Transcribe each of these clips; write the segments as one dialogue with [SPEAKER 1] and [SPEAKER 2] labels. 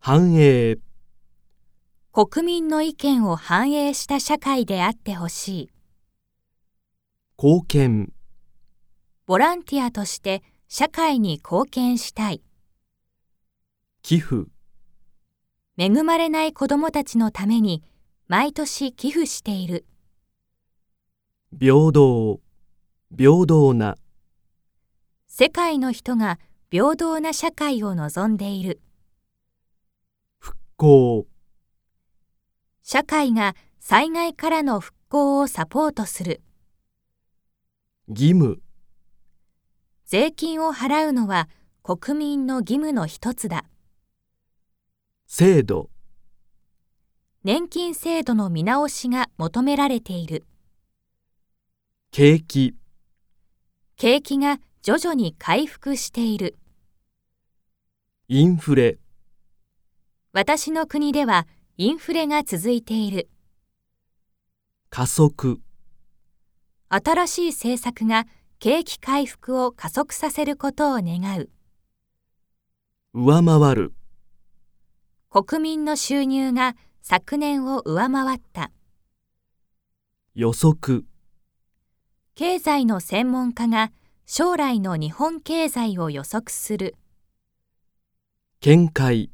[SPEAKER 1] 反映、
[SPEAKER 2] 国民の意見を反映した社会であってほしい。
[SPEAKER 1] 貢献、
[SPEAKER 2] ボランティアとして社会に貢献したい。
[SPEAKER 1] 寄付、
[SPEAKER 2] 恵まれない子どもたちのために毎年寄付している。
[SPEAKER 1] 平等、平等な、
[SPEAKER 2] 世界の人が平等な社会を望んでいる。
[SPEAKER 1] こう、
[SPEAKER 2] 社会が災害からの復興をサポートする。
[SPEAKER 1] 義務、
[SPEAKER 2] 税金を払うのは国民の義務の一つだ。
[SPEAKER 1] 制度、
[SPEAKER 2] 年金制度の見直しが求められている。
[SPEAKER 1] 景気、
[SPEAKER 2] 景気が徐々に回復している。
[SPEAKER 1] インフレ、
[SPEAKER 2] 私の国ではインフレが続いている。
[SPEAKER 1] 加速、
[SPEAKER 2] 新しい政策が景気回復を加速させることを願う。
[SPEAKER 1] 上回る、
[SPEAKER 2] 国民の収入が昨年を上回った。
[SPEAKER 1] 予測、
[SPEAKER 2] 経済の専門家が将来の日本経済を予測する。
[SPEAKER 1] 見解、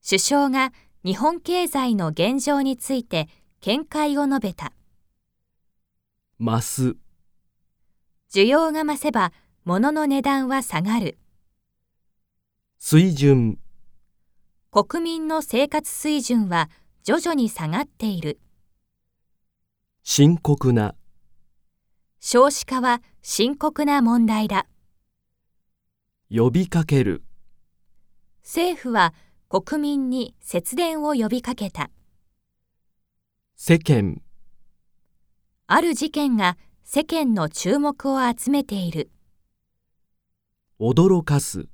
[SPEAKER 2] 首相が日本経済の現状について見解を述べた。
[SPEAKER 1] 増す、
[SPEAKER 2] 需要が増せば物の値段は下がる。
[SPEAKER 1] 水準、
[SPEAKER 2] 国民の生活水準は徐々に下がっている。
[SPEAKER 1] 深刻な、
[SPEAKER 2] 少子化は深刻な問題だ。
[SPEAKER 1] 呼びかける、
[SPEAKER 2] 政府は国民に節電を呼びかけた。
[SPEAKER 1] 世間、
[SPEAKER 2] ある事件が世間の注目を集めている。
[SPEAKER 1] 驚かす、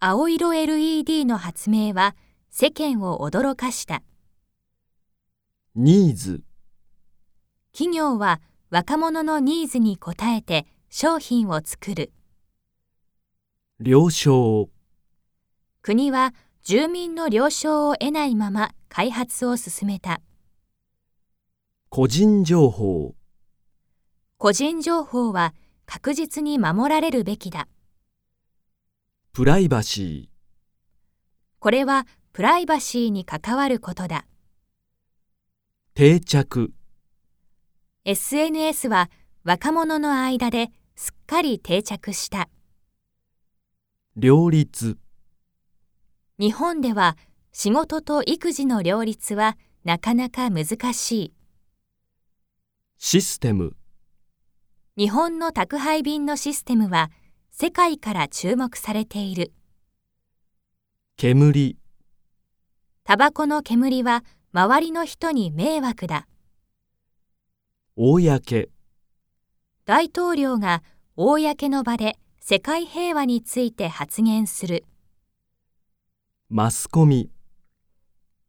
[SPEAKER 2] 青色 LED の発明は世間を驚かした。
[SPEAKER 1] ニーズ、
[SPEAKER 2] 企業は若者のニーズに応えて商品を作る。
[SPEAKER 1] 了承、
[SPEAKER 2] 国は住民の了承を得ないまま開発を進めた。
[SPEAKER 1] 個人情報、
[SPEAKER 2] 個人情報は確実に守られるべきだ。
[SPEAKER 1] プライバシ
[SPEAKER 2] これはプライバシーに関わること
[SPEAKER 1] ー、
[SPEAKER 2] だ。
[SPEAKER 1] 定着、
[SPEAKER 2] SNS は若者の間ですっかり定着した。
[SPEAKER 1] 両立、
[SPEAKER 2] 日本では仕事と育児の両立はなかなか難しい。
[SPEAKER 1] システム、
[SPEAKER 2] 日本の宅配便のシステムは世界から注目されている。
[SPEAKER 1] 煙、
[SPEAKER 2] タバコの煙は周りの人に迷惑だ。
[SPEAKER 1] 公、
[SPEAKER 2] 大統領が公の場で世界平和について発言する。
[SPEAKER 1] マスコミ、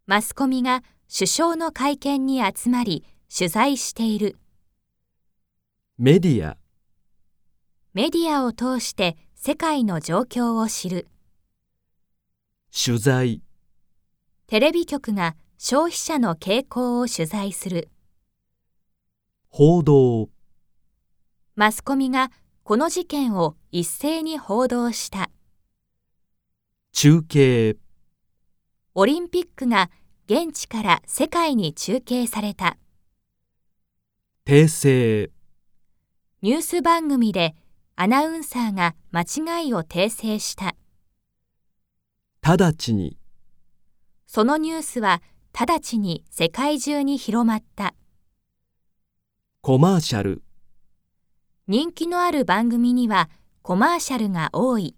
[SPEAKER 2] マスコミが首相の会見に集まり取材している。
[SPEAKER 1] メディア、
[SPEAKER 2] メディアを通して世界の状況を知る。
[SPEAKER 1] 取材、
[SPEAKER 2] テレビ局が消費者の傾向を取材する。
[SPEAKER 1] 報道、
[SPEAKER 2] マスコミがこの事件を一斉に報道した。
[SPEAKER 1] 中継、
[SPEAKER 2] オリンピックが現地から世界に中継された。
[SPEAKER 1] 訂正、
[SPEAKER 2] ニュース番組でアナウンサーが間違いを訂正した。
[SPEAKER 1] 直ちに、
[SPEAKER 2] そのニュースは直ちに世界中に広まった。
[SPEAKER 1] コマーシャル、
[SPEAKER 2] 人気のある番組にはコマーシャルが多い。